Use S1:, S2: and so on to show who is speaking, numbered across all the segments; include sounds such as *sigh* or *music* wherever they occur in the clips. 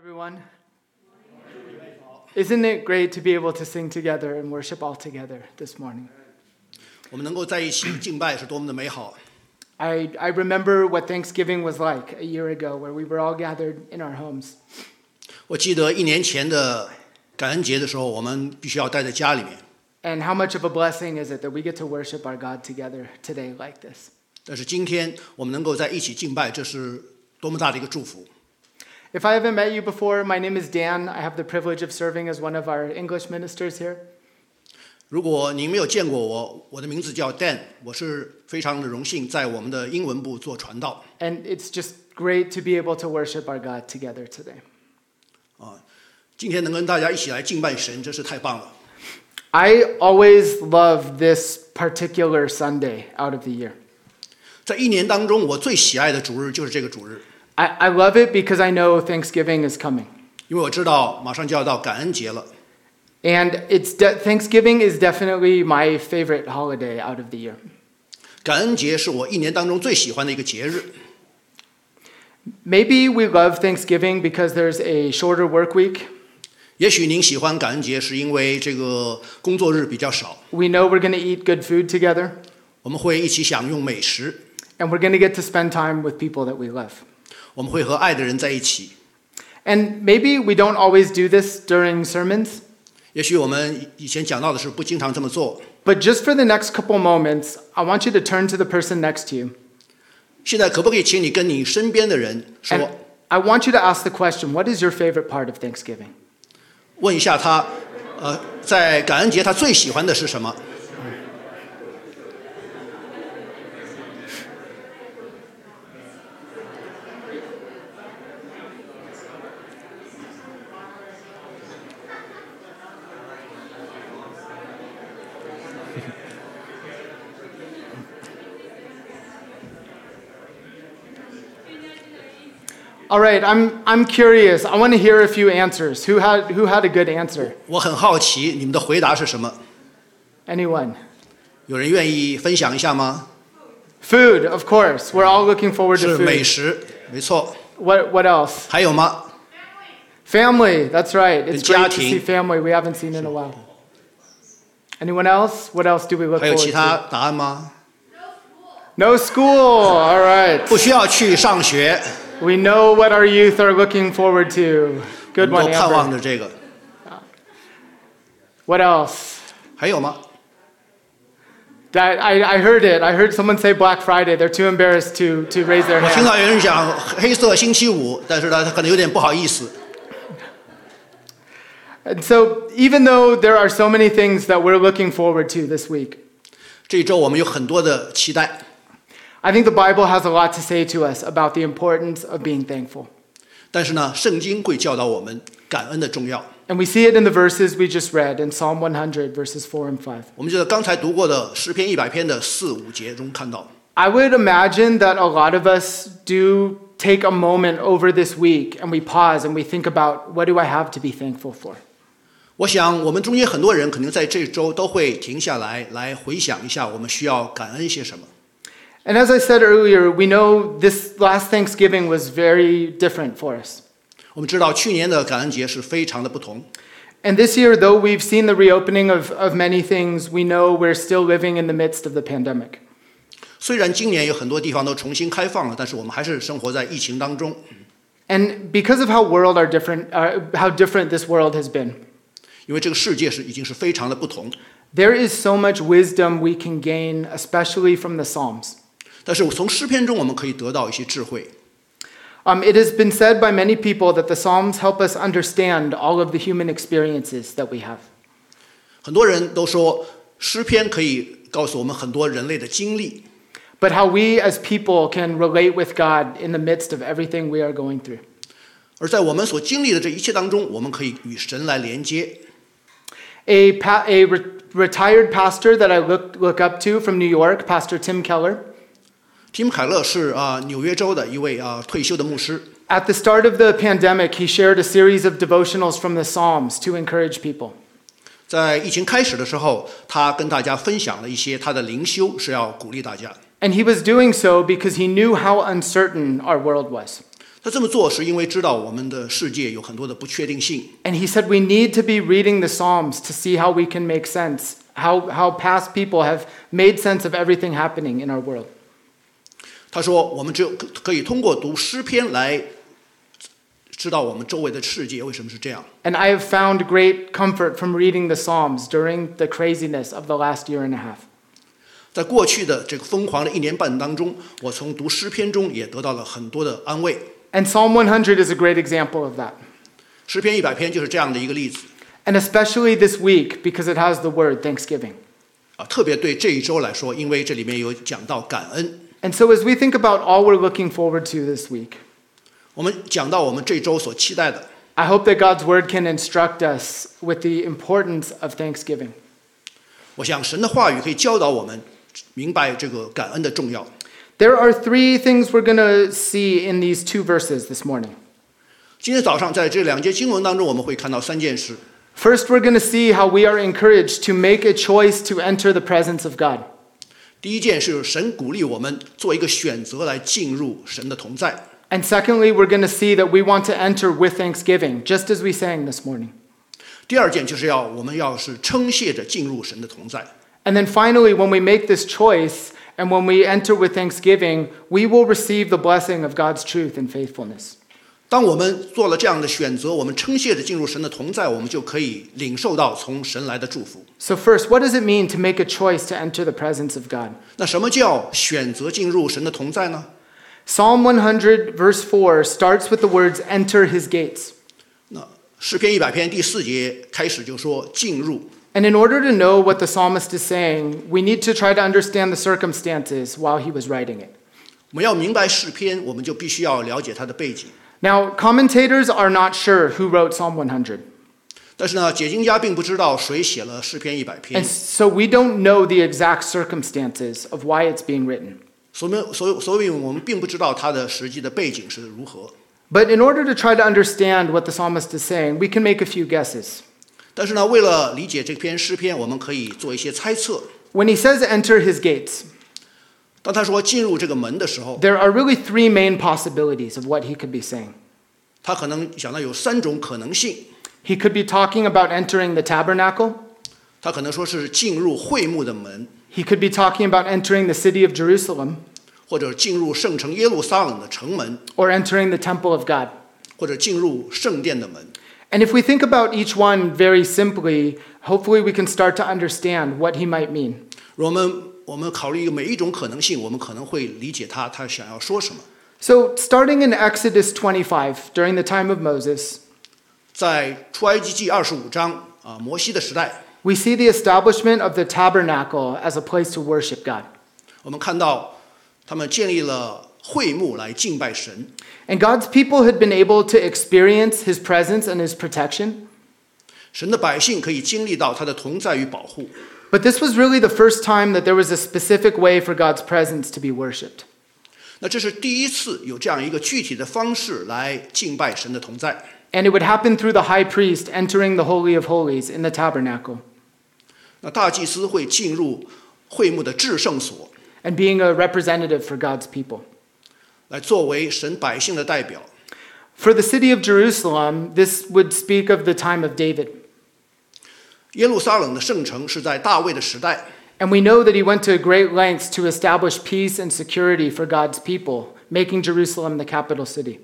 S1: everyone. Isn't it great to be able to sing together and worship all together this morning?
S2: 我们能够在一起敬拜是多么的美好。
S1: I, I remember what Thanksgiving was like a year ago, where we were all gathered in our homes.
S2: 我记得一年前的感恩节的时候，我们必须要待在家里面，
S1: And how much of a blessing is it that we get to worship our God together today like this?
S2: 但是今天我们能够在一起敬拜，这是多么大的一个祝福！
S1: If I haven't met you before, my name is Dan. I have the privilege of serving as one of our English ministers here.
S2: 如果您没有见过我，我的名字叫 Dan，我是非常的荣幸在我们的英文部做传道
S1: And it's just great to be able to worship our God together today.
S2: 啊。今天能跟大家一起来敬拜神，真是太棒了。
S1: I always love this particular Sunday out of the year.
S2: 在一年当中，我最喜爱的主日就是这个主日，
S1: I, I love it because I know Thanksgiving is coming.
S2: 因为我知道马上就要到感恩节了。
S1: And it's de- Thanksgiving is definitely my favorite holiday out of the year.
S2: 感恩节是我一年当中最喜欢的一个节日。
S1: Maybe we love Thanksgiving because there's a shorter work week.
S2: 也许您喜欢感恩节，是因为这个工作日比较少，
S1: We know we're going to eat good food together
S2: 我们会一起享用美食，
S1: and we're going to get to spend time with people that we love.
S2: 我们会和爱的人在一起。
S1: And maybe we don't always do this during sermons,
S2: 也许我们以前讲到的是不经常这么做，
S1: but just for the next couple moments, I want you to turn to the person next to you.
S2: 现在可不可以请你跟你身边的人
S1: And
S2: 说，
S1: I want you to ask the question what is your favorite part of Thanksgiving?
S2: 问一下他，呃，在感恩节他最喜欢的是什么？
S1: All right, I'm, I'm curious. I want to hear a few answers. Who had, who had a good answer?
S2: 我很好奇你们的回答是什么？
S1: Anyone?
S2: 有人愿意分享一下吗？
S1: Food, of course. We're all looking forward
S2: 是
S1: to
S2: 美
S1: food.
S2: 食，没错。
S1: What, what else?
S2: 还有吗？
S1: Family, that's right. It's
S2: The
S1: great to see
S2: 家庭。
S1: family we haven't seen in a while. Anyone else? What else do we look
S2: 还有
S1: forward
S2: 其他
S1: to?
S2: 答案吗？
S1: No school. All right.
S2: 不需要去上学，
S1: We know what our youth are looking forward to.
S2: 我
S1: Good
S2: 们都
S1: one,
S2: 盼望
S1: Amber.
S2: 着这个。
S1: What else?
S2: 还有吗？
S1: That, I, I heard it. I heard someone say Black Friday. They're too embarrassed to, to raise their
S2: 我
S1: hand.
S2: 听到有人讲黑色星期五，但是呢，他可能有点不好意思。
S1: And so, even though there are so many things that we're looking forward to this week,
S2: 这一周我们有很多的期待，
S1: I think the Bible has a lot to say to us about the importance of being thankful.
S2: 但是呢，圣经会教导我们感恩的重要。
S1: And we see it in the verses we just read in Psalm 100, verses 4 and 5.
S2: 我们就在刚才读过的诗篇一百篇的四五节中看到，
S1: I would imagine that a lot of us do take a moment over this week and we pause and we think about what do I have to be thankful for?
S2: 我想我们中间很多人肯定在这周都会停下来，来回想一下我们需要感恩些什么。
S1: And as I said earlier, we know this last Thanksgiving was very different for us.
S2: 我们知道去年的感恩节是非常的不同，
S1: And this year, though we've seen the reopening of, of many things, we know we're still living in the midst of the pandemic.
S2: 虽然今年有很多地方都重新开放了，但是我们还是生活在疫情当中。
S1: And because of how world are different, uh, how different this world has been,
S2: 因为这个世界是已经是非常的不同。
S1: there is so much wisdom we can gain, especially from the Psalms.
S2: 但是从诗篇中我们可以得到一些智慧。
S1: Um, it has been said by many people that the Psalms help us understand all of the human experiences that we have.
S2: 很多人都说诗篇可以告诉我们很多人类的经历，
S1: But how we as people can relate with God in the midst of everything we are going through.
S2: 而在我们所经历的这一切当中，我们可以与神来连接。
S1: A, pa- a re- retired pastor that I look, look up to from New York, Pastor Tim Keller,
S2: 提姆·凯勒是啊、纽约州的一位啊、退休的牧师。
S1: at the start of the pandemic, he shared a series of devotionals from the Psalms to encourage people.
S2: 在疫情开始的时候，他跟大家分享了一些他的灵修，是要鼓励大家。
S1: And he was doing so because he knew how uncertain our world was.
S2: 他这么做是因为知道我们的世界有很多的不确定性，
S1: And he said, We need to be reading the Psalms to see how we can make sense, how, how past people have made sense of everything happening in our world.
S2: 他说：“我们只有可以通过读诗篇来知道我们周围的世界为什么是这样。
S1: And I have found great comfort from reading the Psalms during the craziness of the last year and a half.
S2: 在过去的这个疯狂的一年半当中，我从读诗篇中也得到了很多的安慰。
S1: And Psalm 100 is a great example of that.
S2: 诗篇一百篇就是这样的一个例子
S1: And especially this week because it has the word thanksgiving.
S2: 啊。特别对这一周来说，因为这里面有讲到感恩。
S1: And so as we think about all we're looking forward to this week,
S2: 我们讲到我们这周所期待的，
S1: I hope that God's word can instruct us with the importance of thanksgiving.
S2: 我想神的话语可以教导我们明白这个感恩的重要。
S1: There are three things we're going to see in these two verses this morning.
S2: 今天早上在这两节经文当中，我们会看到三件事。
S1: First, we're going to see how we are encouraged to make a choice to enter the presence of God.
S2: 第一件是神鼓励我们做一个选择来进入神的同在。
S1: And secondly, we're going to see that we want to enter with thanksgiving, just as we sang this morning.
S2: 第二件就是要我们要是称谢着进入神的同在。
S1: And then finally, when we make this choice and when we enter with thanksgiving, we will receive the blessing of God's truth and faithfulness.
S2: 当我们做了这样的选择，我们称谢着进入神的同在，我们就可以领受到从神来的祝福。
S1: So, first, what does it mean to make a choice to enter the presence of God?
S2: 那什么叫选择进入神的同在呢？
S1: Psalm 100, verse 4, starts with the words, enter his gates.
S2: 那诗篇一百篇第四节开始就说进入。
S1: And in order to know what the psalmist is saying, we need to try to understand the circumstances while he was writing it.
S2: 我们要明白诗篇，我们就必须要了解它的背景。
S1: Now, commentators are not sure who wrote Psalm 100.
S2: 但是呢，解经家并不知道谁写了诗篇一百篇
S1: And，so we don't know the exact circumstances of why it's being written.
S2: 所以所以所以我们并不知道它的实际的背景是如何。
S1: But in order to try to understand what the psalmist is saying, we can make a few guesses.
S2: 但是呢，为了理解这篇诗篇，我们可以做一些猜测。
S1: When he says enter his gates,
S2: 当他说进入这个门的时候，
S1: there are really three main possibilities of what he could be saying.
S2: 他可能想到有三种可能性。
S1: He could be talking about entering the tabernacle,
S2: 他可能说是进入会幕的门，
S1: he could be talking about entering the city of Jerusalem,
S2: 或者进入圣城耶路撒冷的城门，
S1: or entering the temple of God.
S2: 或者进入圣殿的门。
S1: And if we think about each one very simply, hopefully we can start to understand what he might mean.
S2: 我们我们考虑每一种可能性，我们可能会理解他他想要说什么。
S1: So, starting in Exodus 25, during the time of Moses,
S2: 在出埃及记二十五章啊，摩西的时代，
S1: we see the establishment of the tabernacle as a place to worship God.
S2: 我们看到他们建立了会幕来敬拜神。
S1: And God's people had been able to experience his presence and his protection,
S2: 神的百姓可以经历到他的同在与保护，
S1: but this was really the first time that there was a specific way for God's presence to be worshiped.
S2: 那这是第一次有这样一个具体的方式来敬拜神的同在。
S1: And it would happen through the high priest entering the Holy of Holies in the tabernacle
S2: 那大祭司会进入会幕的至圣所，
S1: and being a representative for God's people.
S2: 来作为神百姓的代表。
S1: For the city of Jerusalem, this would speak of the time of David.
S2: 耶路撒冷的圣城是在大卫的时代，
S1: And we know that he went to great lengths to establish peace and security for God's people, making Jerusalem the capital city.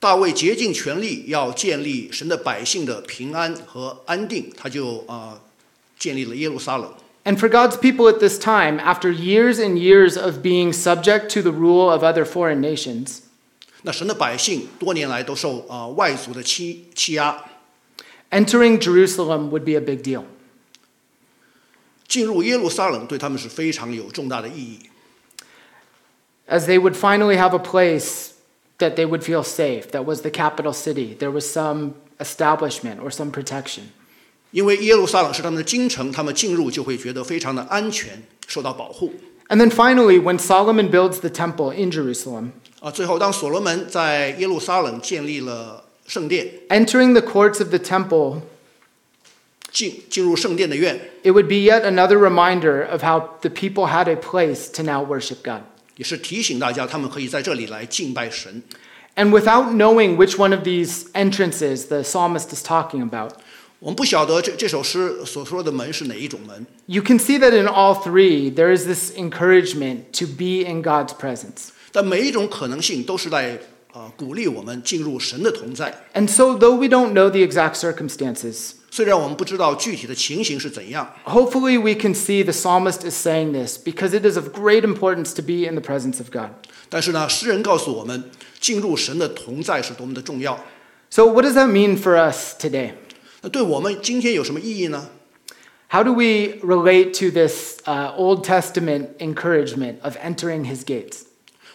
S2: 大卫竭尽全力要建立神的百姓的平安和安定，他就啊、呃建立了耶路撒冷。
S1: And for God's people at this time, after years and years of being subject to the rule of other foreign nations,
S2: 那神的百姓多年来都受啊、呃外族的欺欺压，
S1: entering Jerusalem would be a big deal.
S2: 进入耶路撒冷对他们是非常有重大的意义。
S1: as they would finally have a place that they would feel safe, that was the capital city. There was some establishment or some protection.
S2: 因为耶路撒冷是他们的京城，他们进入就会觉得非常的安全，受到保护。
S1: And then finally, when Solomon builds the temple in Jerusalem,
S2: 啊，最后当所罗门在耶路撒冷建立了圣殿，
S1: entering the courts of the temple,
S2: 进进入圣殿的院，
S1: it would be yet another reminder of how the people had a place to now worship God.
S2: 也是提醒大家，他们可以在这里来敬拜神。
S1: And without knowing which one of these entrances the psalmist is talking about,
S2: 我们不晓得这这首诗所说的门是哪一种门，
S1: you can see that in all three, there is this encouragement to be in God's presence.
S2: 但每一种可能性都是在呃鼓励我们进入神的同在。
S1: And so, though we don't know the exact circumstances,
S2: 虽然我们不知道具体的情形是怎样，
S1: hopefully we can see the psalmist is saying this because it is of great importance to be in the presence of God.
S2: 但是呢，诗人告诉我们，进入神的同在是多么的重要。
S1: So, what does that mean for us today?
S2: 那对我们今天有什么意义呢？
S1: How do we relate to this uh, Old Testament encouragement of entering his gates?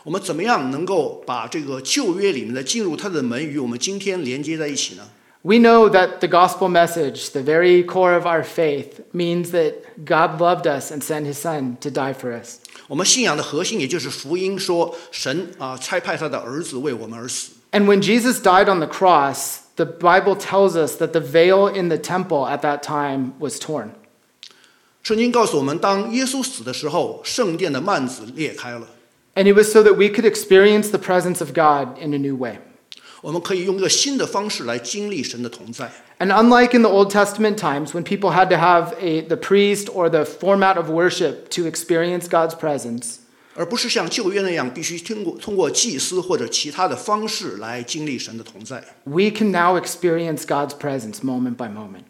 S2: 我们怎么样能够把这个旧约里面的进入他的门与我们今天连接在一起呢？
S1: We know that the gospel message, the very core of our faith, means that God loved us and sent his son to die for us.
S2: 我们信仰的核心也就是福音说，神啊差派他的儿子为我们而死。
S1: And when Jesus died on the cross, the Bible tells us that the veil in the temple at that time was torn.
S2: 圣经告诉我们，当耶稣死的时候，圣殿的幔子裂开了。
S1: And it was so that we could experience the presence of God in a new way.
S2: 我们可以用一个新的方式来经历神的同在。
S1: And unlike in the Old Testament times when people had to have a, the priest or the format of worship to experience God's presence,
S2: 而不是像旧约那样必须通过通过祭司或者其他的方式来经历神的同在。
S1: we can now experience God's presence moment by moment.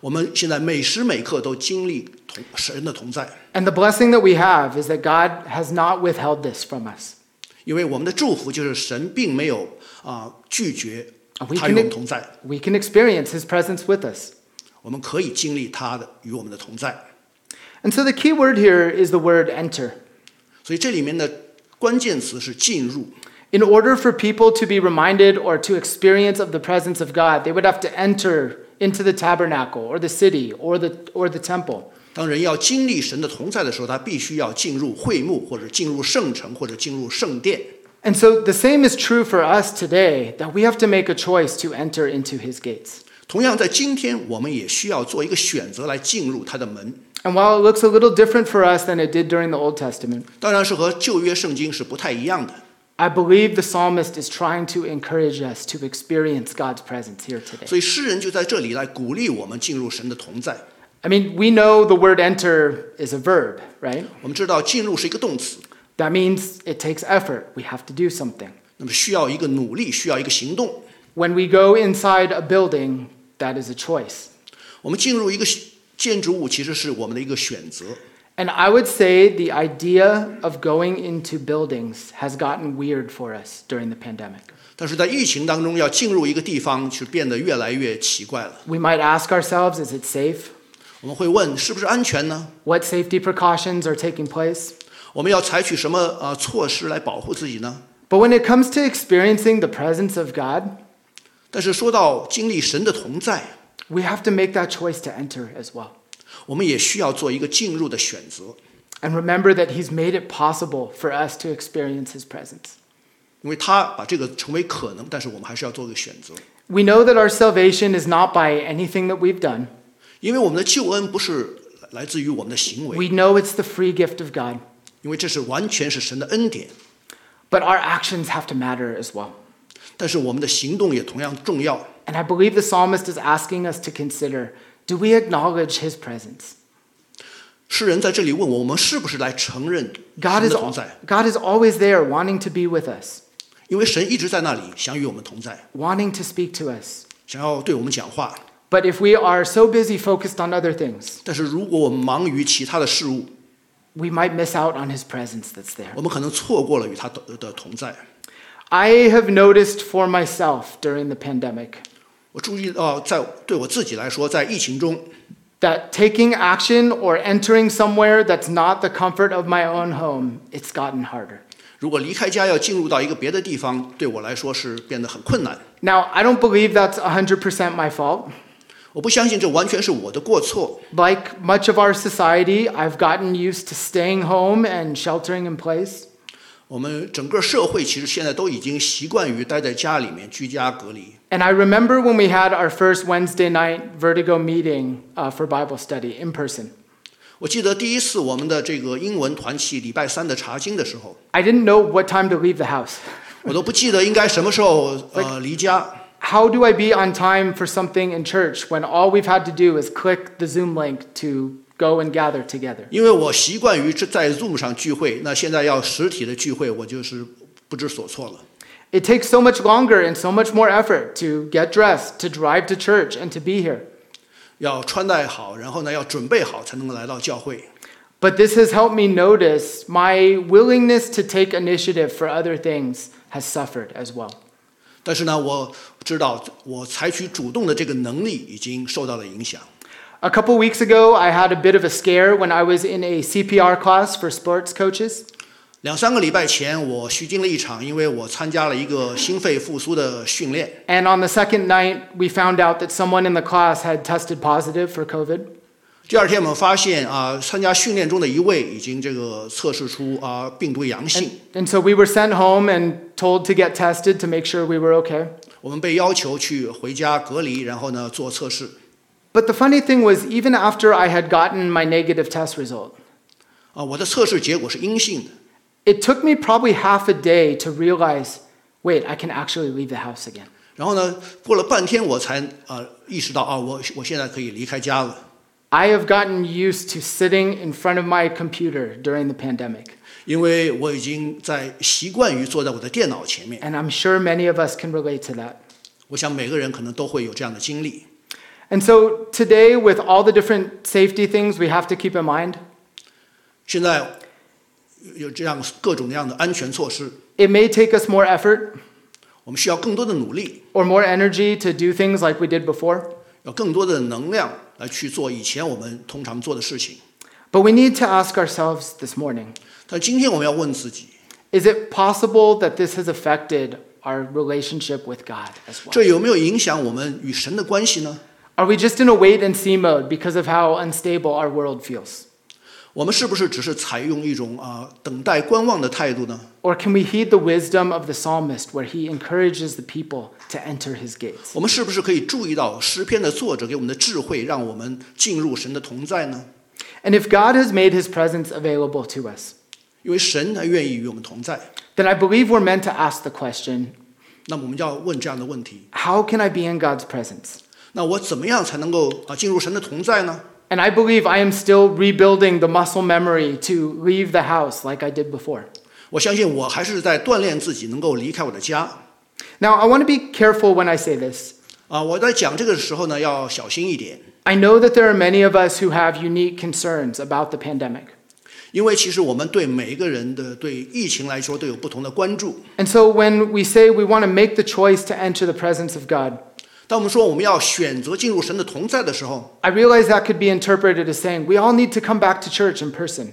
S2: 我们现在每时每刻都经历同神的同在，
S1: And the blessing that we have is that God has not withheld this from us.
S2: 因为我们的祝福就是神并没有啊、拒绝
S1: Are we
S2: 他与我们同在，
S1: We can experience his presence with us.
S2: 我们可以经历他的与我们的同在。
S1: And so the key word here is the word enter.
S2: 所以这里面的关键词是进入。
S1: In order for people to be reminded or to experience of the presence of God, they would have to enter into the tabernacle or the city or the, or the temple.
S2: 当人要经历神的同在的时候，他必须要进入会幕，或者进入圣城，或者进入圣殿。
S1: And so the same is true for us today that we have to make a choice to enter into his gates.
S2: 同样，在今天，我们也需要做一个选择来进入他的门。
S1: And while it looks a little different for us than it did during the Old Testament,
S2: 当然是和旧约圣经是不太一样的。
S1: I believe the psalmist is trying to encourage us to experience God's presence here today.
S2: 所以诗人就在这里来鼓励我们进入神的同在。
S1: I mean, we know the word enter is a verb, right?
S2: 我们知道进入是一个动词，
S1: That means it takes effort. We have to do something.
S2: 那么需要一个努力，需要一个行动。
S1: When we go inside a building, that is a choice.
S2: 我们进入一个建筑物，其实是我们的一个选择。
S1: And I would say the idea of going into buildings has gotten weird for us during the pandemic.
S2: 但是在疫情当中，要进入一个地方，就变得越来越奇怪了。
S1: We might ask ourselves is it safe?
S2: 我们会问，是不是安全呢？
S1: What safety precautions are taking place?
S2: 我们要采取什么呃措施来保护自己呢？
S1: But when it comes to experiencing the presence of God,
S2: 但是说到经历神的同在，
S1: we have to make that choice to enter as well.
S2: 我们也需要做一个进入的选择，
S1: And remember that He's made it possible for us to experience His presence.
S2: 因为他把这个成为可能，但是我们还是要做一个选择，
S1: We know that our salvation is not by anything that we've done,
S2: 因为我们的救恩不是来自于我们的行为，
S1: we know it's the free gift of God.
S2: 因为这是完全是神的恩典，
S1: But our actions have to matter as well.
S2: 但是我们的行动也同样重要。
S1: And I believe the psalmist is asking us to consider do we acknowledge His presence?
S2: 诗人在这里问我，我们是不是来承认神
S1: God
S2: 的
S1: is,
S2: 同在？
S1: God is always there wanting to be with us.
S2: 因为神一直在那里，想与我们同在，
S1: wanting to speak to us.
S2: 想要对我们讲话。
S1: But if we are so busy focused on other things,
S2: 但是如果我们忙于其他的事物，
S1: we might miss out on his presence that's there.
S2: 我们可能错过了与他的的同在。
S1: I have noticed for myself during the pandemic
S2: 我注意到，在对我自己来说，在疫情中，
S1: that taking action or entering somewhere that's not the comfort of my own home, it's gotten harder.
S2: 如果离开家要进入到一个别的地方，对我来说是变得很困难。
S1: Now, I don't believe that's 100% my fault.
S2: 我不相信这完全是我的过错。
S1: Like much of our society, I've gotten used to staying home and sheltering in place.
S2: 我们整个社会其实现在都已经习惯于待在家里面居家隔离。
S1: And I remember when we had our first Wednesday night vertigo meeting uh, for Bible study in person.
S2: 我记得第一次我们的这个英文团契礼拜三的查经的时候，
S1: I didn't know what time to leave the house. *laughs*
S2: 我都不记得应该什么时候呃离家。
S1: How do I be on time for something in church when all we've had to do is click the Zoom link to go and gather together?
S2: 因为我习惯于这在 Zoom 上聚会，那现在要实体的聚会，我就是不知所措了。
S1: It takes so much longer and so much more effort to get dressed, to drive to church, and to be here.
S2: 要穿戴好，然后呢要准备好，才能够来到教会。
S1: But this has helped me notice my willingness to take initiative for other things has suffered as well.
S2: 但是呢，我知道我采取主动的这个能力已经受到了影响。
S1: A couple weeks ago, I had a bit of a scare when I was in a CPR class for sports coaches.
S2: 两三个礼拜前，我虚惊了一场，因为我参加了一个心肺复苏的训练。
S1: And on the second night, we found out that someone in the class had tested positive for COVID.
S2: 第二天，我们发现啊，参加训练中的一位已经这个测试出啊病毒阳性
S1: And,，and so we were sent home and told to get tested to make sure we were okay.
S2: 我们被要求去回家隔离，然后呢做测试。
S1: But the funny thing was, even after I had gotten my negative test result,
S2: 啊，我的测试结果是阴性的。
S1: it took me probably half a day to realize wait, I can actually leave the house again.
S2: 然后呢，过了半天我才啊意识到啊，我我现在可以离开家了，
S1: I have gotten used to sitting in front of my computer during the pandemic.
S2: 因为我已经在习惯于坐在我的电脑前面。
S1: And I'm sure many of us can relate to that.
S2: 我想每个人可能都会有这样的经历。
S1: And so today, with all the different safety things we have to keep in mind,
S2: 现在有这样各种各样的安全措施，
S1: it may take us more effort
S2: 我们需要更多的努力，
S1: or more energy to do things like we did before,
S2: 要更多的能量来去做以前我们通常做的事情。
S1: but we need to ask ourselves this morning
S2: 但今天我们要问自己，
S1: is it possible that this has affected our relationship with God as well?
S2: 这有没有影响我们与神的关系呢？
S1: Are we just in a wait and see mode because of how unstable our world feels?
S2: 我们是不是只是采用一种啊、等待观望的态度呢？
S1: Or can we heed the wisdom of the psalmist where he encourages the people to enter his gates?
S2: 我们是不是可以注意到诗篇的作者给我们的智慧，让我们进入神的同在呢？
S1: And if God has made his presence available to us,
S2: 因为神他愿意与我们同在。
S1: then I believe we're meant to ask the question
S2: 那么我们就要问这样的问题：
S1: how can I be in God's presence?
S2: 那我怎么样才能够啊进入神的同在呢？
S1: And I believe I am still rebuilding the muscle memory to leave the house like I did before.
S2: 我相信我还是在锻炼自己能够离开我的家
S1: Now, I want to be careful when I say this.
S2: 啊。我在讲这个时候呢，要小心一点，
S1: I know that there are many of us who have unique concerns about the pandemic.
S2: 因为其实我们对每一个人的对疫情来说都有不同的关注。
S1: And so when we say we want to make the choice to enter the presence of God,
S2: 当我们说我们要选择进入神的同在的时候，
S1: I realize that could be interpreted as saying we all need to come back to church in person.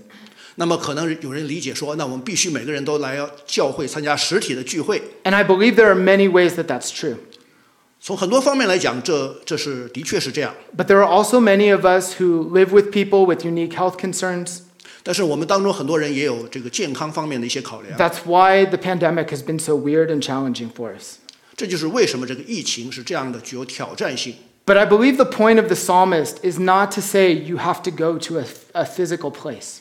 S2: 那么可能有人理解说，那我们必须每个人都来教会参加实体的聚会。
S1: And I believe there are many ways that that's true.
S2: 从很多方面来讲，这这是的确是这样。
S1: But there are also many of us who live with people with unique health concerns.
S2: 但是我们当中很多人也有这个健康方面的一些考量，
S1: That's why the pandemic has been so weird and challenging for us.
S2: 这就是为什么这个疫情是这样的具有挑战性。
S1: But I believe the point of the psalmist is not to say you have to go to a, a physical place.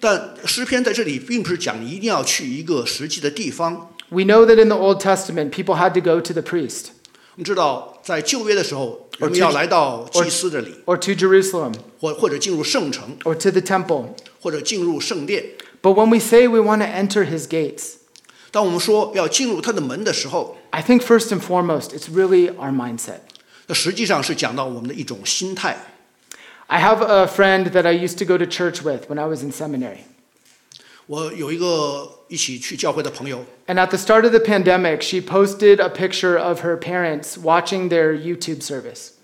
S2: 但诗篇在这里并不是讲一定要去一个实际的地方。
S1: We know that in the Old Testament, people had to go to the priest
S2: 我们知道，在旧约的时候，人们要来到祭司这里，
S1: or to Jerusalem
S2: 或或者进入圣城，
S1: or to the temple.
S2: 或者进入圣殿。
S1: But when we say we want to enter his gates,
S2: 当我们说要进入他的门的时候，
S1: I think first and foremost, it's really our mindset.
S2: 那实际上是讲到我们的一种心态。
S1: I have a friend that I used to go to church with when I was in seminary.
S2: 我有一个一起去教会的朋友，
S1: And at the start of the pandemic, she posted a picture of her parents watching their YouTube service.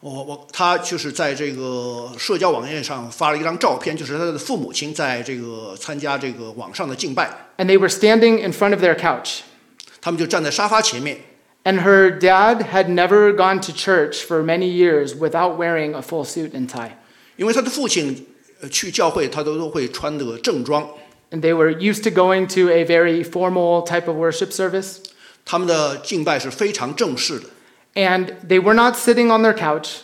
S2: 我我他就是在这个社交网页上发了一张照片，就是他的父母亲在这个参加这个网上的敬拜，
S1: And they were standing in front of their couch.
S2: 他们就站在沙发前面。
S1: And her dad had never gone to church for many years without wearing a full suit and tie.
S2: 因为他的父亲呃去教会，他都都会穿这个正装。
S1: And they were used to going to a very formal type of worship service.
S2: 他们的敬拜是非常正式的，
S1: And they were not sitting on their couch.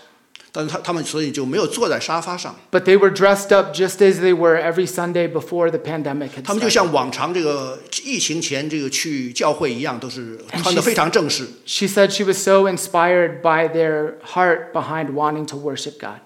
S2: 但是他他们所以就没有坐在沙发上，
S1: But they were dressed up just as they were every Sunday before the pandemic had
S2: 他们就
S1: started.
S2: 像往常这个疫情前这个去教会一样，都是
S1: And
S2: 穿得
S1: she's-
S2: 非常正式。
S1: She said she was so inspired by their heart behind wanting to worship God.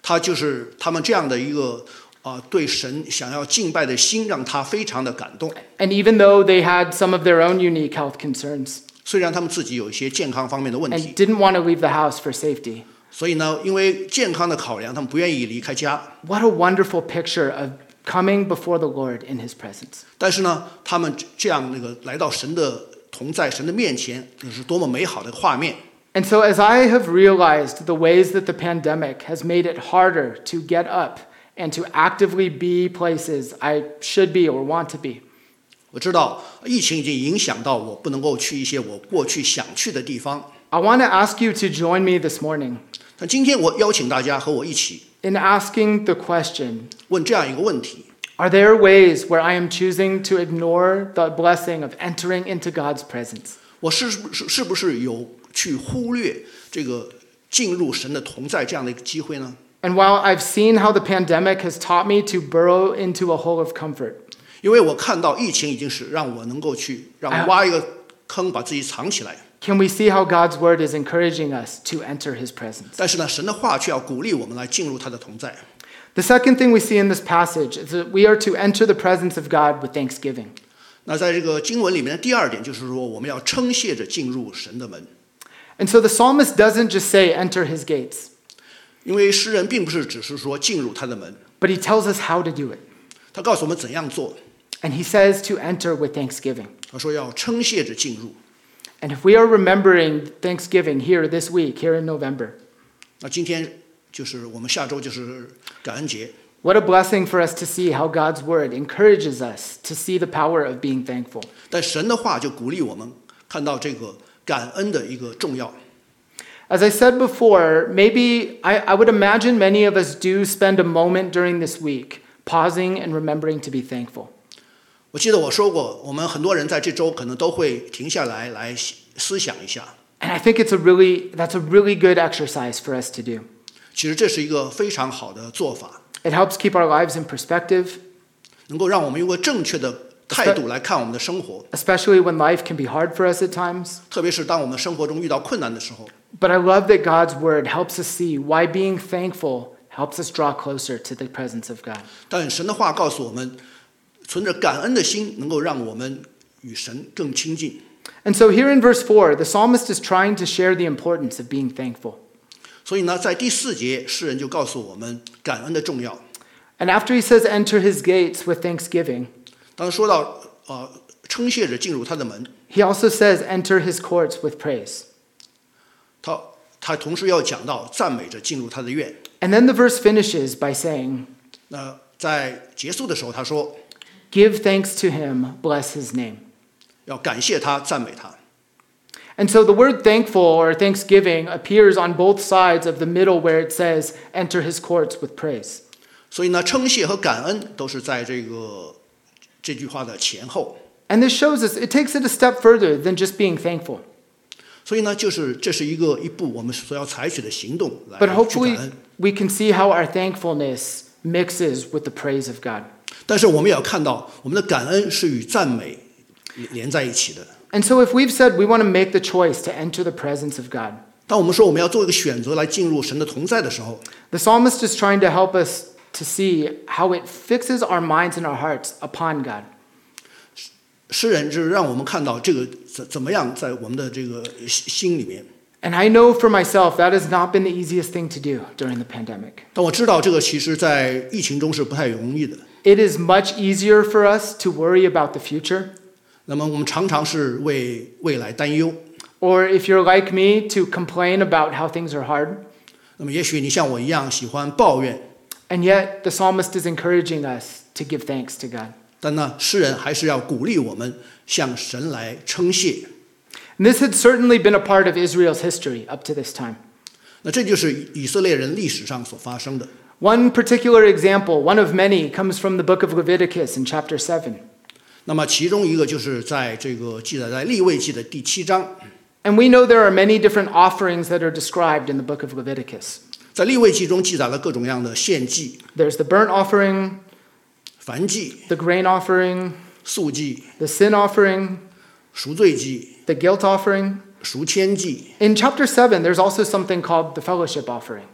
S2: 他就是他们这样的一个啊、对神想要敬拜的心，让他非常的感动。
S1: And even though they had some of their own unique health concerns
S2: 虽然他们自己有一些健康方面的问
S1: and
S2: 题，
S1: didn't want to leave the house for safety,
S2: 所以呢，因为健康的考量，他们不愿意离开家。
S1: what a wonderful picture of coming before the Lord in his presence.
S2: 但是呢，他们这样那个来到神的同在神的面前，那是多么美好的画面。
S1: And so, as I have realized the ways that the pandemic has made it harder to get up and to actively be places I should be or want to be,
S2: 我知道疫情已经影响到我不能够去一些我过去想去的地方，
S1: I want to ask you to join me this morning
S2: 但今天我邀请大家和我一起
S1: in asking the question
S2: 问这样一个问题：
S1: Are there ways where I am choosing to ignore the blessing of entering into God's presence?
S2: 我是不是是不是有去忽略这个进入神的同在这样的一个机会呢？
S1: And while I've seen how the pandemic has taught me to burrow into a hole of comfort,
S2: 因为我看到疫情已经是让我能够去让我挖一个坑把自己藏起来，
S1: can we see how God's word is encouraging us to enter his presence?
S2: 但是呢，神的话却要鼓励我们来进入他的同在。
S1: The second thing we see in this passage is that we are to enter the presence of God with thanksgiving.
S2: 那在这个经文里面的第二点就是说，我们要称谢着进入神的门，
S1: And so the psalmist doesn't just say, enter his gates,
S2: 因为诗人并不是只是说进入他的门，
S1: but he tells us how to do it.
S2: 他告诉我们怎样做。
S1: And he says to enter with thanksgiving.
S2: 他说要称谢着进入。
S1: And if we are remembering Thanksgiving here this week, here in November,
S2: 那今天就是我们下周就是感恩节，
S1: What a blessing for us to see how God's word encourages us to see the power of being thankful.
S2: 但神的话就鼓励我们看到这个感恩的一个重要。
S1: As I said before, maybe I, I would imagine many of us do spend a moment during this week pausing and remembering to be thankful.
S2: 我记得我说过，我们很多人在这周可能都会停下来来思想一下。
S1: And I think it's a really that's a really good exercise for us to do.
S2: 其实这是一个非常好的做法，
S1: It helps keep our lives in perspective,
S2: 能够让我们用个正确的态度来看我们的生活，
S1: especially when life can be hard for us at times.
S2: 特别是当我们生活中遇到困难的时候。
S1: But I love that God's word helps us see why being thankful helps us draw closer to the presence of God.
S2: 但神的话告诉我们，存着感恩的心，能够让我们与神更亲近。
S1: And so here in verse 4, the psalmist is trying to share the importance of being thankful.
S2: 所以呢，在第四节，诗人就告诉我们感恩的重要。
S1: And after he says, enter his gates with thanksgiving,
S2: 当说到呃称谢着进入他的门，
S1: he also says, enter his courts with praise.
S2: 他他同时要讲到赞美着进入他的院。
S1: And then the verse finishes by saying,
S2: 那在结束的时候，他说
S1: give thanks to him, bless his name.
S2: 要感谢他，赞美他。
S1: And so the word thankful or thanksgiving appears on both sides of the middle where it says, enter his courts with praise.
S2: 所以呢，称谢和感恩都是在这个这句话的前后。
S1: And this shows us it takes it a step further than just being thankful.
S2: 所以呢，就是这是一个一步我们所要采取的行动来
S1: But
S2: 去感
S1: hopefully,
S2: 恩。
S1: we can see how our thankfulness mixes with the praise of God.
S2: 但是我们也要看到，我们的感恩是与赞美连在一起的。
S1: And so, if we've said we want to make the choice to enter the presence of God,
S2: 当我们说我们要做一个选择来进入神的同在的时候，
S1: the psalmist is trying to help us to see how it fixes our minds and our hearts upon God.
S2: 诗人就是让我们看到这个怎怎么样在我们的这个心心里面。
S1: And I know for myself that has not been the easiest thing to do during the pandemic.
S2: 但我知道这个其实，在疫情中是不太容易的。
S1: It is much easier for us to worry about the future,
S2: 那么我们常常是为未来担忧。
S1: or if you're like me, to complain about how things are hard.
S2: 那么也许你像我一样喜欢抱怨，
S1: And yet, the psalmist is encouraging us to give thanks to God.
S2: 但呢，诗人还是要鼓励我们向神来称谢。
S1: And this had certainly been a part of Israel's history up to this time.
S2: 那这就是以色列人历史上所发生的。
S1: One particular example, one of many, comes from the book of Leviticus in chapter 7.
S2: 那么其中一个就是在这个记载在立位记的第七章，
S1: And we know there are many different offerings that are described in the book of Leviticus.
S2: 在立位记中记载了各种各样的献祭、
S1: There's the burnt offering,
S2: 燔祭、
S1: the grain offering,
S2: 素祭、
S1: the sin offering,
S2: 赎罪祭、
S1: the guilt offering.
S2: 赎愆祭。
S1: In chapter 7, there's also something called the fellowship offering.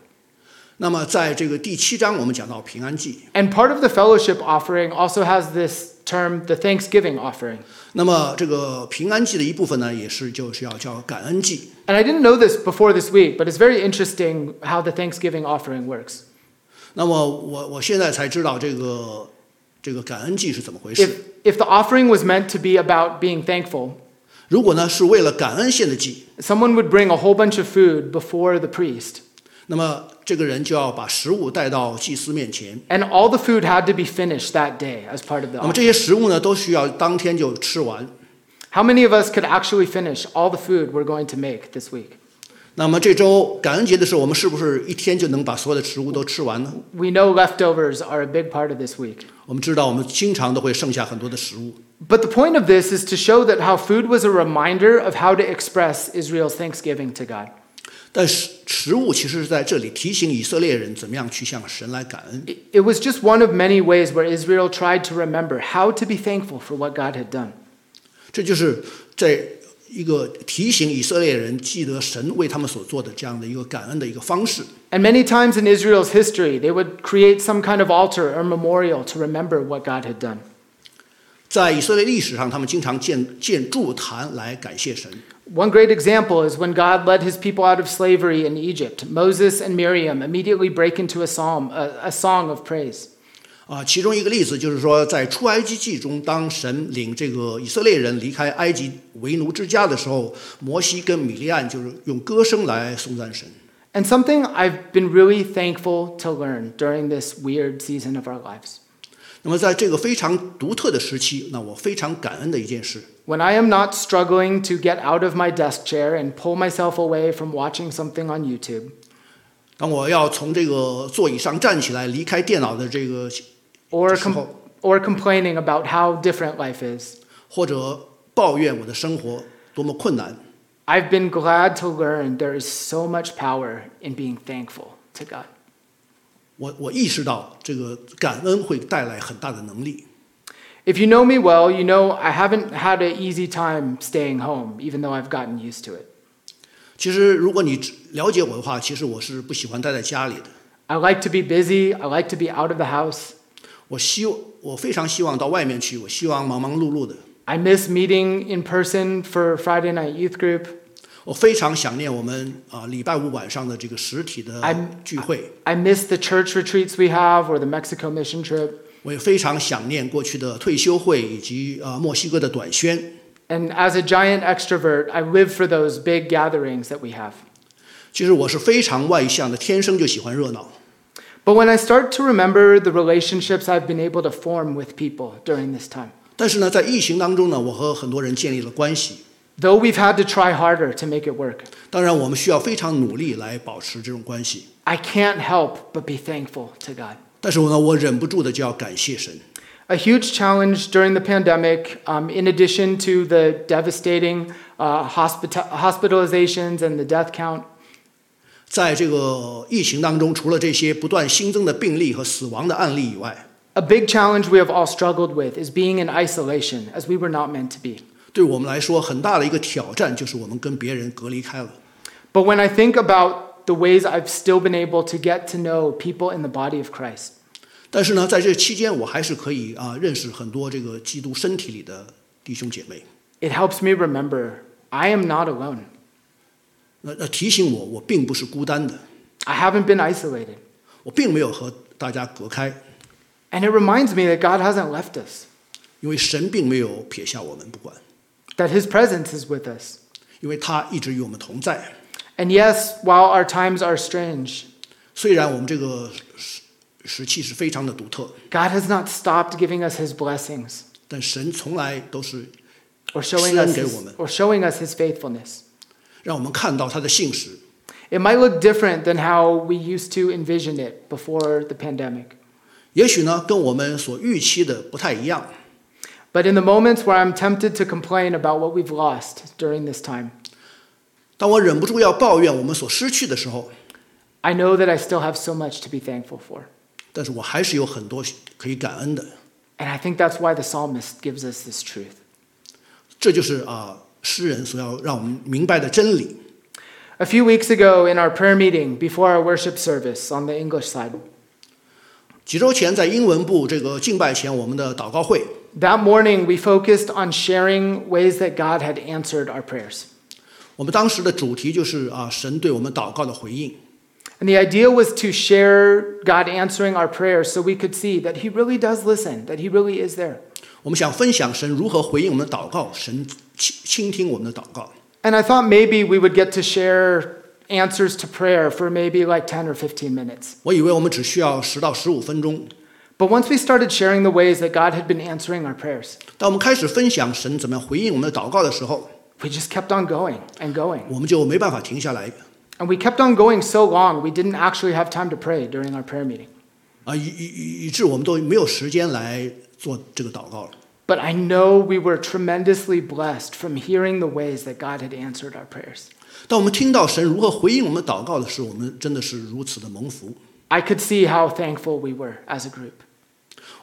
S2: 那么在这个第七章，我们讲到平安祭。
S1: And part of the fellowship offering also has this term, the thanksgiving offering.
S2: 那么这个平安祭的一部分呢，也是就是要叫感恩祭。
S1: And I didn't know this before this week, but it's very interesting how the thanksgiving offering works.
S2: 那么我我现在才知道这个这个感恩祭是怎么回事。
S1: If, if the offering was meant to be about being thankful,
S2: 如果呢是为了感恩献的祭，
S1: someone would bring a whole bunch of food before the priest,
S2: 那么这个人就要把食物带到祭司面前。
S1: and all the food had to be finished that day as part of the
S2: 那么
S1: offering.
S2: 这些食物呢，都需要当天就吃完。
S1: How many of us could actually finish all the food we're going to make this week?
S2: 那么这周感恩节的时候，我们是不是一天就能把所有的食物都吃完呢？
S1: We know leftovers are a big part of this week.
S2: 我们知道，我们经常都会剩下很多的食物。
S1: But the point of this is to show that how food was a reminder of how to express Israel's thanksgiving to God.
S2: 但是食物其实是在这里提醒以色列人怎么样去向神来感恩。
S1: It- It was just one of many ways where Israel tried to remember how to be thankful for what God had done.
S2: 这就是在一个提醒以色列人记得神为他们所做的这样的一个感恩的一个方式。
S1: And many times in Israel's history, they would create some kind of altar or memorial to remember what God had done.
S2: 在以色列历史上，他们经常建建筑坛来感谢神。
S1: One great example is when God led his people out of slavery in Egypt. Moses and Miriam immediately break into a psalm, a, a song of praise.
S2: 啊，其中一个例子就是说，在出埃及记中，当神领这个以色列人离开埃及为奴之家的时候，摩西跟米利暗就是用歌声来颂赞神。
S1: And something I've been really thankful to learn during this weird season of our lives.
S2: 那么，在这个非常独特的时期，那我非常感恩的一件事，
S1: When I am not struggling to get out of my desk chair and pull myself away from watching something on YouTube,
S2: 当我要从这个座椅上站起来离开电脑的这个，
S1: or,
S2: 这时候。
S1: com- or complaining about how different life is,
S2: 或者抱怨我的生活多么困难，
S1: I've been glad to learn there is so much power in being thankful to God.
S2: 我我意识到这个感恩会带来很大的能力。
S1: If you know me well, you know I haven't had an easy time staying home, even though I've gotten used to it.
S2: 其实，如果你只了解我的话，其实我是不喜欢待在家里的。
S1: I like to be busy, I like to be out of the house,
S2: 我希我非常希望到外面去，我希望忙忙碌碌的，
S1: I miss meeting in person for Friday night youth group.
S2: 我非常想念我们啊、礼拜五晚上的这个实体的
S1: I'm-
S2: 聚会，
S1: I miss the church retreats we have or the Mexico mission trip.
S2: 我也非常想念过去的退休会以及啊、墨西哥的短宣。
S1: And as a giant extrovert, I live for those big gatherings that we have.
S2: 其实我是非常外向的，天生就喜欢热闹。
S1: But when I start to remember the relationships I've been able to form with people during this time,
S2: 但是呢，在疫情当中呢，我和很多人建立了关系。
S1: though we've had to try harder to make it work,
S2: 当然，我们需要非常努力来保持这种关系。
S1: I can't help but be thankful to God.
S2: 但是我呢，我忍不住的就要感谢神。
S1: A huge challenge during the pandemic, um, in addition to the devastating uh, hospita- hospitalizations and the death count,
S2: 在这个疫情当中，除了这些不断新增的病例和死亡的案例以外，
S1: A big challenge we have all struggled with is being in isolation as we were not meant to be.
S2: 对我们来说很大的一个挑战就是我们跟别人隔离开了。
S1: But when I think about the ways I've still been able to get to know people in the body of Christ,
S2: 但是呢，在这期间，我还是可以啊认识很多这个基督身体里的弟兄姐妹。
S1: it helps me remember I am not alone.
S2: 那那提醒我，我并不是孤单的，
S1: I haven't been isolated.
S2: 我并没有和大家隔开，
S1: And it reminds me that God hasn't left us,
S2: 因为神并没有撇下我们不管，
S1: that His presence is with us.
S2: 因为他一直与我们同在。
S1: And yes, while our times are strange,
S2: 虽然我们这个时时期是非常的独特，
S1: God has not stopped giving us His blessings
S2: 但神从来都是
S1: or showing us,
S2: 施恩给我
S1: his,
S2: 们。
S1: or showing us his faithfulness.
S2: 让我们看到他的信实。
S1: It might look different than how we used to envision it before the pandemic.
S2: 也许呢，跟我们所预期的不太一样，
S1: But in the moments where I'm tempted to complain about what we've lost during this time,
S2: 当我忍不住要抱怨我们所失去的时候，
S1: I know that I still have so much to be thankful for.
S2: 但是我还是有很多可以感恩的。
S1: And I think that's why the psalmist gives us this truth.
S2: 这就是啊，诗人所要让我们明白的真理。
S1: A few weeks ago, in our prayer meeting before our worship service on the English side,
S2: 几周前在英文部这个敬拜前，我们的祷告会，
S1: that morning we focused on sharing ways that God had answered our prayers.
S2: 我们当时的主题就是啊，神对我们祷告的回应。
S1: And the idea was to share God answering our prayers so we could see that He really does listen, that He really is there.
S2: 我们想分享神如何回应我们的祷告，神倾倾听我们的祷告。
S1: And I thought maybe we would get to share answers to prayer for maybe like 10 or 15 minutes.
S2: 我以为我们只需要十到十五分钟，
S1: But once we started sharing the ways that God had been answering our prayers,
S2: 当我们开始分享神怎么样回应我们的祷告的时候，
S1: we just kept on going and going.
S2: 我们就没办法停下来。
S1: And we kept on going so long, we didn't actually have time to pray during our prayer meeting.
S2: 啊，以以以以致我们都没有时间来做这个祷告了。
S1: But I know we were tremendously blessed from hearing the ways that God had answered our prayers.
S2: 当我们听到神如何回应我们祷告的时候，我们真的是如此的蒙福。
S1: I could see how thankful we were as a group.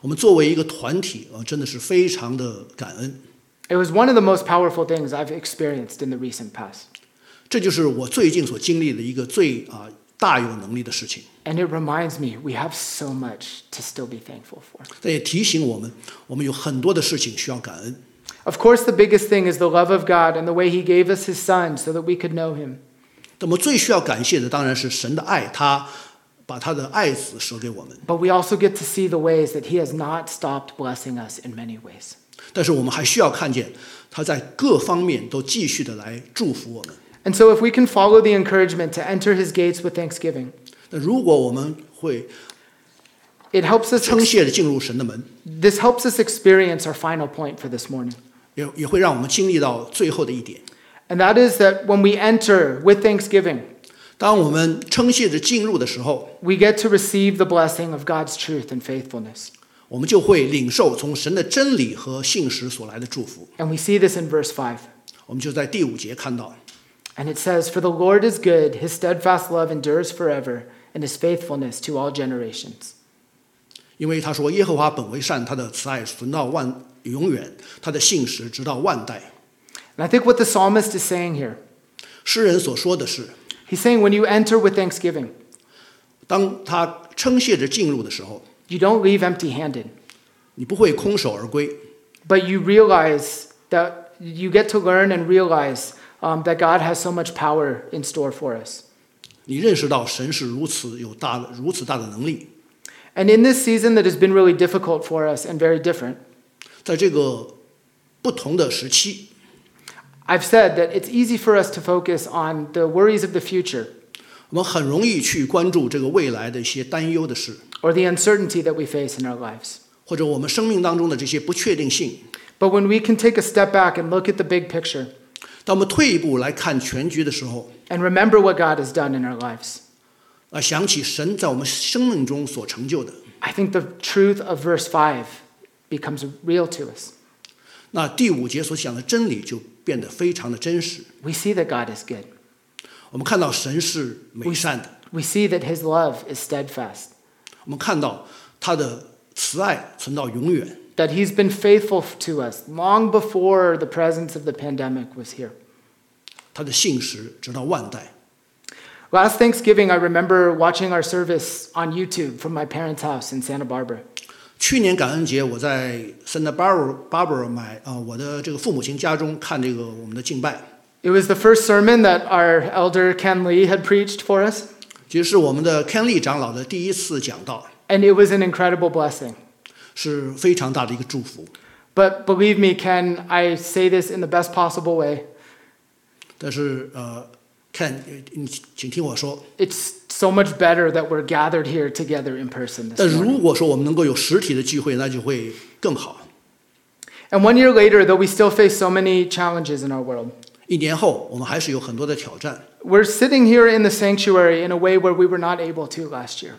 S2: 我们作为一个团体啊，真的是非常的感恩。
S1: It was one of the most powerful things I've experienced in the recent past.
S2: 这就是我最近所经历的一个最啊大有能力的事情。
S1: And it reminds me we have so much to still be thankful for.
S2: 但也提醒我们，我们有很多的事情需要感恩。
S1: Of course, the biggest thing is the love of God and the way He gave us His Son so that we could know Him.
S2: 那么最需要感谢的当然是神的爱，他把他的爱子舍给我们。
S1: But we also get to see the ways that He has not stopped blessing us in many ways.
S2: 但是我们还需要看见他在各方面都继续的来祝福我们。
S1: And so, if we can follow the encouragement to enter His gates with thanksgiving,
S2: 那如果我们会
S1: it helps us
S2: 称谢的进入神的门，
S1: This helps us experience our final point for this morning.
S2: 也也会让我们经历到最后的一点。
S1: And that is that when we enter with thanksgiving,
S2: 当我们称谢着进入的时候，
S1: we get to receive the blessing of God's truth and faithfulness.
S2: 我们就会领受从神的真理和信实所来的祝福。
S1: And we see this in verse 5.
S2: 我们就在第五节看到，
S1: And it says, For the Lord is good, his steadfast love endures forever, and his faithfulness to all generations.
S2: 因为他说：“耶和华本为善，他的慈爱存到万永远，他的信实直到万代。
S1: And I think what the psalmist is saying here, ”
S2: 诗人所说的是，
S1: he's saying when you enter with thanksgiving,
S2: 当他称谢着进入的时候，
S1: you don't leave empty handed,
S2: 你不会空手而归，
S1: but you realize that you get to learn and realize um, that God has so much power in store for us.
S2: 你认识到神是如此有大的如此大的能力。
S1: And in this season that has been really difficult for us and very different,
S2: 在这个不同的时期，
S1: I've said that it's easy for us to focus on the worries of the future
S2: 我们很容易去关注这个未来的一些担忧的事，
S1: or the uncertainty that we face in our lives.
S2: 或者我们生命当中的这些不确定性。
S1: But when we can take a step back and look at the big picture
S2: 当我们退一步来看全局的时候，
S1: and remember what God has done in our lives,
S2: 啊，想起神在我们生命中所成就的，
S1: I think the truth of verse 5 becomes real to us.
S2: 那第五节所讲的真理就变得非常的真实。
S1: We see that God is good.
S2: 我们看到神是美善的，
S1: We see that his love is steadfast,
S2: 我们看到他的慈爱存到永远，
S1: that he's been faithful to us long before the presence of the pandemic was here.
S2: 他的信实直到万代。
S1: Last Thanksgiving, I remember watching our service on YouTube from my parents' house in Santa Barbara.
S2: 去年感恩节，我在 Santa Barbara Barbara 买啊、我的这个父母亲家中看这个我们的敬拜，
S1: It was the first sermon that our elder Ken Lee had preached for us,
S2: 其实是我们的 Ken Lee 长老的第一次讲道，
S1: and it was an incredible blessing.
S2: 是非常大的一个祝福。
S1: But believe me, Ken, I say this in the best possible way.
S2: 但是呃，Ken，呃你请听我说，
S1: It's so much better that we're gathered here together in person
S2: 但
S1: this
S2: 如
S1: morning.
S2: 果说我们能够有实体的聚会，那就会更好。
S1: And one year later, though we still face so many challenges in our world,
S2: 一年后，我们还是有很多的挑战，
S1: we're sitting here in the sanctuary in a way where we were not able to last year.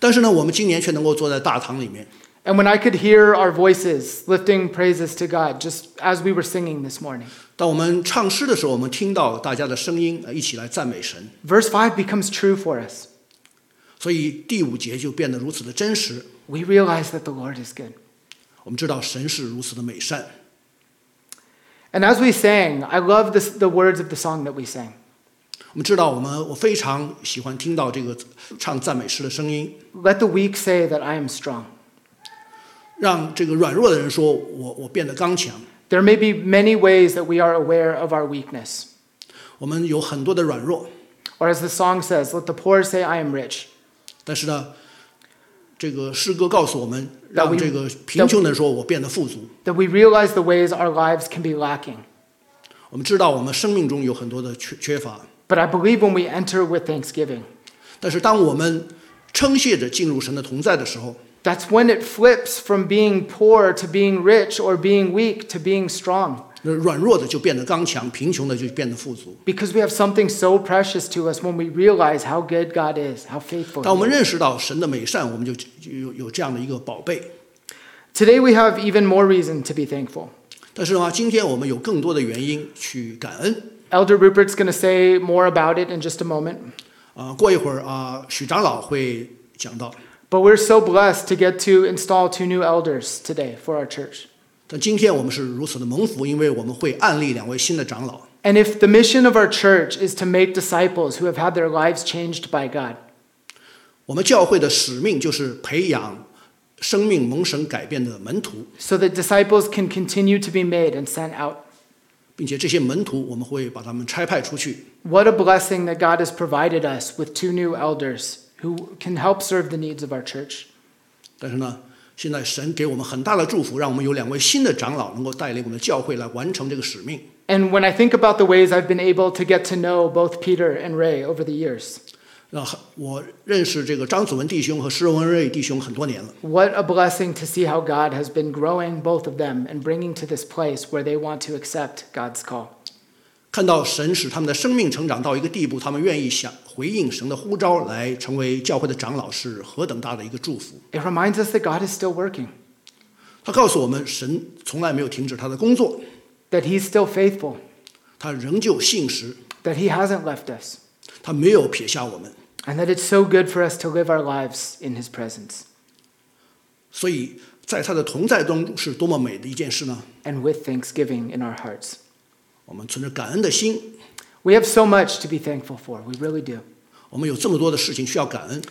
S2: 但是呢，我们今年却能够坐在大堂里面。
S1: And when I could hear our voices lifting praises to God just as we were singing this morning,
S2: 当我们唱诗的时候，我们听到大家的声音，呃一起来赞美神。
S1: verse 5 becomes true for us.
S2: 所以第五节就变得如此的真实。
S1: we realize that the Lord is good.
S2: 我们知道神是如此的美善。
S1: And as we sang, I love this, the words of the song that we sang.
S2: 我们知道，我们我非常喜欢听到这个唱赞美诗的声音，
S1: Let the weak say that I am strong.
S2: 让这个软弱的人说我我变得刚强。
S1: There may be many ways that we are aware of our weakness.
S2: 我们有很多的软弱，
S1: Or as the song says, let the poor say I am rich.
S2: 但是呢，这个诗歌告诉我们，
S1: 那我
S2: 让这个贫穷的人说我变得富足。
S1: That we realize the ways our lives can be lacking.
S2: 我们知道我们生命中有很多的缺缺乏，
S1: But I believe when we enter with thanksgiving,
S2: 但是当我们称谢着进入神的同在的时候，
S1: that's when it flips from being poor to being rich or being weak to being strong.
S2: 那软弱的就变得刚强，贫穷的就变得富足。
S1: Because we have something so precious to us when we realize how good God is, how faithful.
S2: 当我
S1: He
S2: 们
S1: is.
S2: 认识到神的美善，我们就就有有这样的一个宝贝。
S1: Today we have even more reason to be thankful.
S2: 但是呢，今天我们有更多的原因去感恩
S1: Elder Rupert's going to say more about it in just a moment.
S2: 啊、过一会儿啊、许长老会讲到。
S1: But we're so blessed to get to install two new elders today for our church.
S2: 但今天我们是如此的蒙福，因为我们会案例两位新的长老。
S1: And if the mission of our church is to make disciples who have had their lives changed by God,
S2: 我们教会的使命就是培养生命蒙神改变的门徒，
S1: so that disciples can continue to be made and sent out,
S2: 并且这些门徒我们会把他们差派出去。
S1: what a blessing that God has provided us with two new elders who can help serve the needs of our church.
S2: 但是呢，现在神给我们很大的祝福，让我们有两位新的长老能够带领我们的教会来完成这个使命。
S1: And when I think about the ways I've been able to get to know both Peter and Ray over the years,
S2: 那我认识这个张子文弟兄和施文瑞弟兄很多年了，
S1: What a blessing to see how God has been growing both of them and bringing to this place where they want to accept God's call.
S2: 看到神使他们的生命成长到一个地步，他们愿意想回应神的呼召来成为教会的长老，是何等大的一个祝福！
S1: It reminds us that God is still working,
S2: 他告诉我们，神从来没有停止他的工作，
S1: that He's still faithful,
S2: 他仍旧信实，
S1: that He hasn't left us,
S2: 他没有撇下我们。
S1: and that it's so good for us to live our lives in His presence
S2: 所以在他的同在当中是多么美的一件事呢？
S1: and with thanksgiving in our hearts.
S2: 我们存着感恩的心，
S1: We have so much to be thankful for, we really do.
S2: 我们有这么多的事情需要感恩。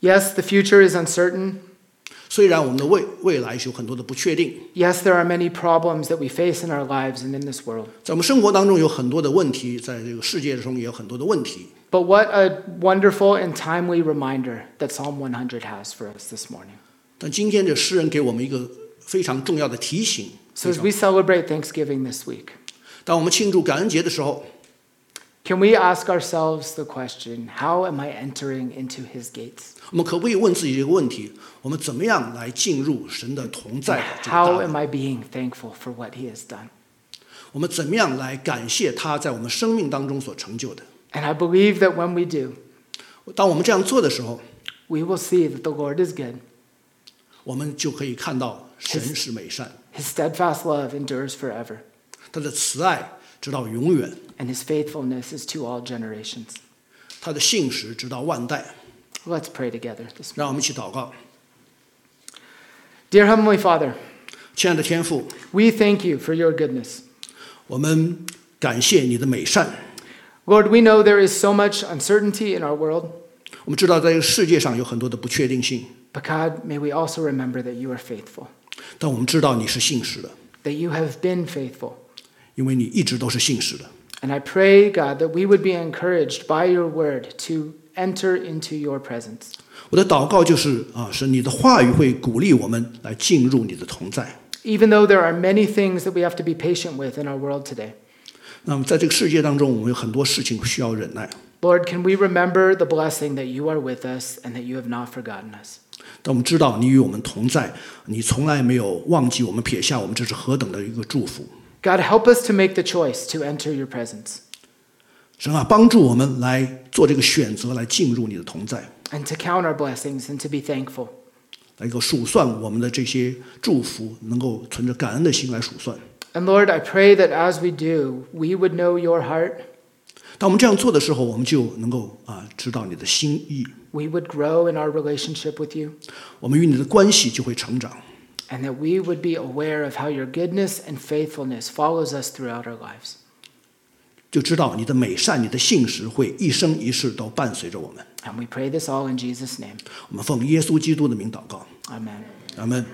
S1: Yes, the future is uncertain.
S2: 虽然我们的未未来是有很多的不确定，
S1: Yes, there are many problems that we face in our lives and in this world.
S2: 在我们生活当中有很多的问题，在这个世界中也有很多的问题。
S1: But what a wonderful and timely reminder that Psalm 100 has for us this morning.
S2: 但今天这诗人给我们一个非常重要的提醒。
S1: So as we celebrate Thanksgiving this week,
S2: 当我们庆祝感恩节的时候，
S1: can we ask ourselves the question, how am I entering into his gates?
S2: 我们可不可以问自己这个问题：我们怎么样来进入神的同在的这个
S1: How
S2: 大门
S1: am I being thankful for what he has done?
S2: 我们怎么样来感谢他在我们生命当中所成就的？
S1: And I believe that when we do,
S2: 当我们这样做的时候，
S1: we will see that the Lord is good.
S2: 我们就可以看到神是美善，
S1: His steadfast love endures forever,
S2: 他的慈爱直到永远，
S1: and his faithfulness is to all generations.
S2: 他的信实直到万代。
S1: Let's pray together this morning.
S2: 让我们一起祷告，
S1: Dear Heavenly Father,
S2: 亲爱的天父，
S1: we thank you for your goodness.
S2: 我们感谢你的美善。
S1: Lord, we know there is so much uncertainty in our world,
S2: 我们知道在这个世界上有很多的不确定性，
S1: but God, may we also remember that you are faithful,
S2: 但我们知道你是信实的，
S1: that you have been faithful.
S2: 因为你一直都是信实的。
S1: And I pray, God, that we would be encouraged by your word to enter into your presence.
S2: 我的祷告就是啊，神，你的话语会鼓励我们来进入你的同在。
S1: Even though there are many things that we have to be patient with in our world today,
S2: 那么在这个世界当中，我们有很多事情需要忍耐，
S1: Lord, can we remember the blessing that you are with us and that you have not forgotten us?
S2: 但我们知道你与我们同在，你从来没有忘记我们，撇下我们，这是何等的一个祝福！
S1: God, help us to make the choice to enter your presence
S2: 神啊，帮助我们来做这个选择，来进入你的同在，
S1: and to count our blessings and to be thankful.
S2: 来够数算我们的这些祝福，能够存着感恩的心来数算。
S1: And Lord, I pray that as we do, we would know your heart
S2: 当我们这样做的时候，我们就能够啊知知道你的心意，
S1: we would grow in our relationship with you,
S2: 我们与你的关系就会成长。
S1: and that we would be aware of how your goodness and faithfulness follows us throughout our lives.
S2: 就知道你的美善、你的信实会一生一世都伴随着我们。
S1: And we pray this all in Jesus' name.
S2: 我们奉耶稣基督的名祷告，
S1: Amen.
S2: 阿门。